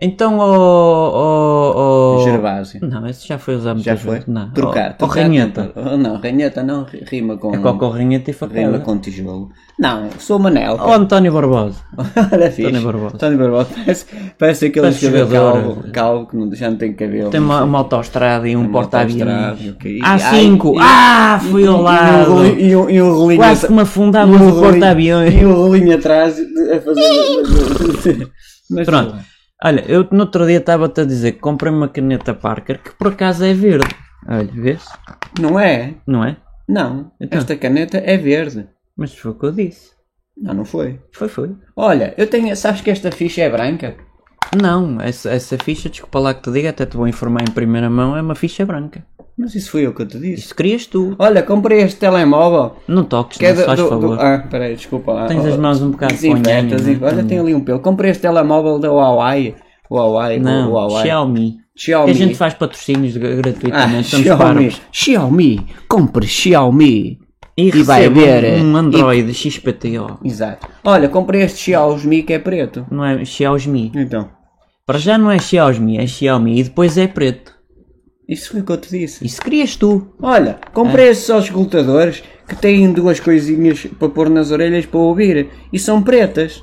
Então, ó. ó, ó- Gervásio. Oh, Não, esse já foi usado Já muitas foi? vezes. Não. Trocar. Ó, ó, trocar- ranheta. Oh, Não, ranheta não rima com. É com a é? ranheta e Rima facada. com tijolo. Não, sou Manel. Ó, António Barbosa. Era fixe. Oh, Tony Barbosa. Tony Barbosa. Parece, parece aquele Parece cabelo jogador. calvo, calvo que não, já não tem cabelo. Tem um uma, uma autoestrada e um Uma porta-aviões. autoestrada, ok. A5! Ai, Ah, fui ao E um lado! rolinho- E um, e um rolinho um Quase que me afundava no porta-aviões. E um rolinho atrás a fazer. Mas, Pronto. Olha, eu no outro dia estava-te a dizer que comprei uma caneta Parker que por acaso é verde. Olha, vês? Não é? Não é? Não. Então. Esta caneta é verde. Mas foi o que eu disse. Não, não foi. Foi, foi. Olha, eu tenho. Sabes que esta ficha é branca? Não, essa, essa ficha, desculpa lá que te diga, até te vou informar em primeira mão, é uma ficha branca. Mas isso foi eu que eu te disse. Isso querias tu. Olha, comprei este telemóvel. Não toques, Que é não, se do, faz do- favor. do- Ah, peraí, desculpa lá. Tens Oh, as mãos um bocado desinfeta, ponhanhas, desinfeta. não é? Olha, tem ali um pelo. Comprei este telemóvel da Huawei. Huawei, Não, Huawei. Xiaomi. Xiaomi. A gente faz patrocínios gra- Ah, gratuitamente, estamos Xiaomi. parvos. Xiaomi. Compre Xiaomi. E, E vai recebe ver, um e- Android XPTO. Exato. Olha, comprei este Xiaomi que é preto. Não é Xiaomi. Então. Para já não é Xiaomi, é Xiaomi e depois é preto. Isso foi o que eu te disse. Isso querias tu. Olha, É. comprei esses auscultadores que têm duas coisinhas para pôr nas orelhas para ouvir. E são pretas.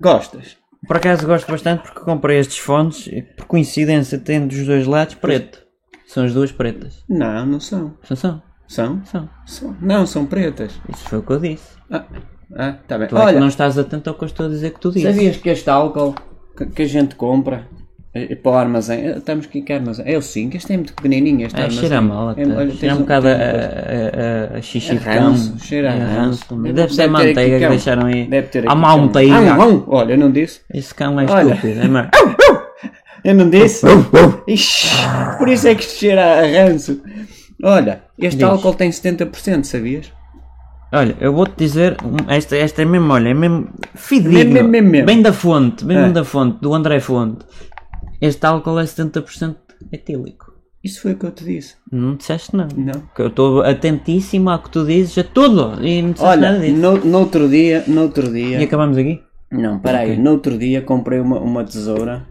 Gostas? Por acaso gosto bastante porque comprei estes fones e por coincidência tendo dos dois lados preto. São as duas pretas. Não, não são. São, são, São? são. São. Não, são pretas. Isso foi o que eu disse. Ah, ah tá bem. Tu é que Olha, não estás atento ao que eu estou a dizer que tu dizes. sabias que este álcool que, que a gente compra eh, para o armazém, eh, estamos aqui que armazém? É o 5, este é muito pequenininho. Este É, armazém. cheira mal até. É, olha, cheira tens um bocado a, tens um- a, a, a xixi de É ranço, cão. cheira a É ranço. Deve, Deve ser ter a aqui manteiga que cão. deixaram aí. Deve ter Há aqui mal cão. manteiga. Ah, não, olha, eu não disse. Esse cão é Olha. estúpido, é mar... Eu não disse? Ixi, por isso é que isto cheira a ranço. Olha, este Diz. álcool tem 70%, sabias? Olha, eu vou-te dizer, um- esta, esta é mesmo, olha, é mesmo fidedigno. Mesmo, mesmo, mesmo. Bem da fonte, bem É. da fonte, do André Fonte. Este álcool é 70% etílico. Isso foi o que eu te disse. Não disseste nada. Não. Que Eu estou atentíssimo ao que tu dizes, a tudo. E não disseste Olha, nada disso. no, noutro dia, noutro E dia. acabamos aqui? Não, peraí, Ok. noutro dia comprei uma, uma tesoura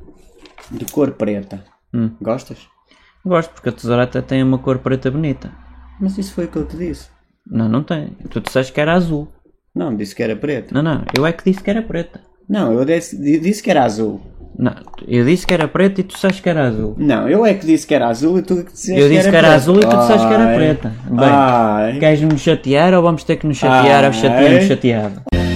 de cor preta. Hum. Gostas? Gosto, porque a tesoura até tem uma cor preta bonita. Mas isso foi o que eu te disse. Não, não tem. Tu disseste que era azul. Não, disse que era preta. Não, não, eu é que disse que era preta. Não, eu disse, di- disse que era azul. Não, eu disse que era preta e tu disseste que era azul. Não, eu é que disse que era azul e tu que disseste Eu disse que era preta. azul e tu disseste que era Ai. preta. Bem, Ai. Queres-me chatear ou vamos ter que nos chatear ao Ai. chatear-me chateado?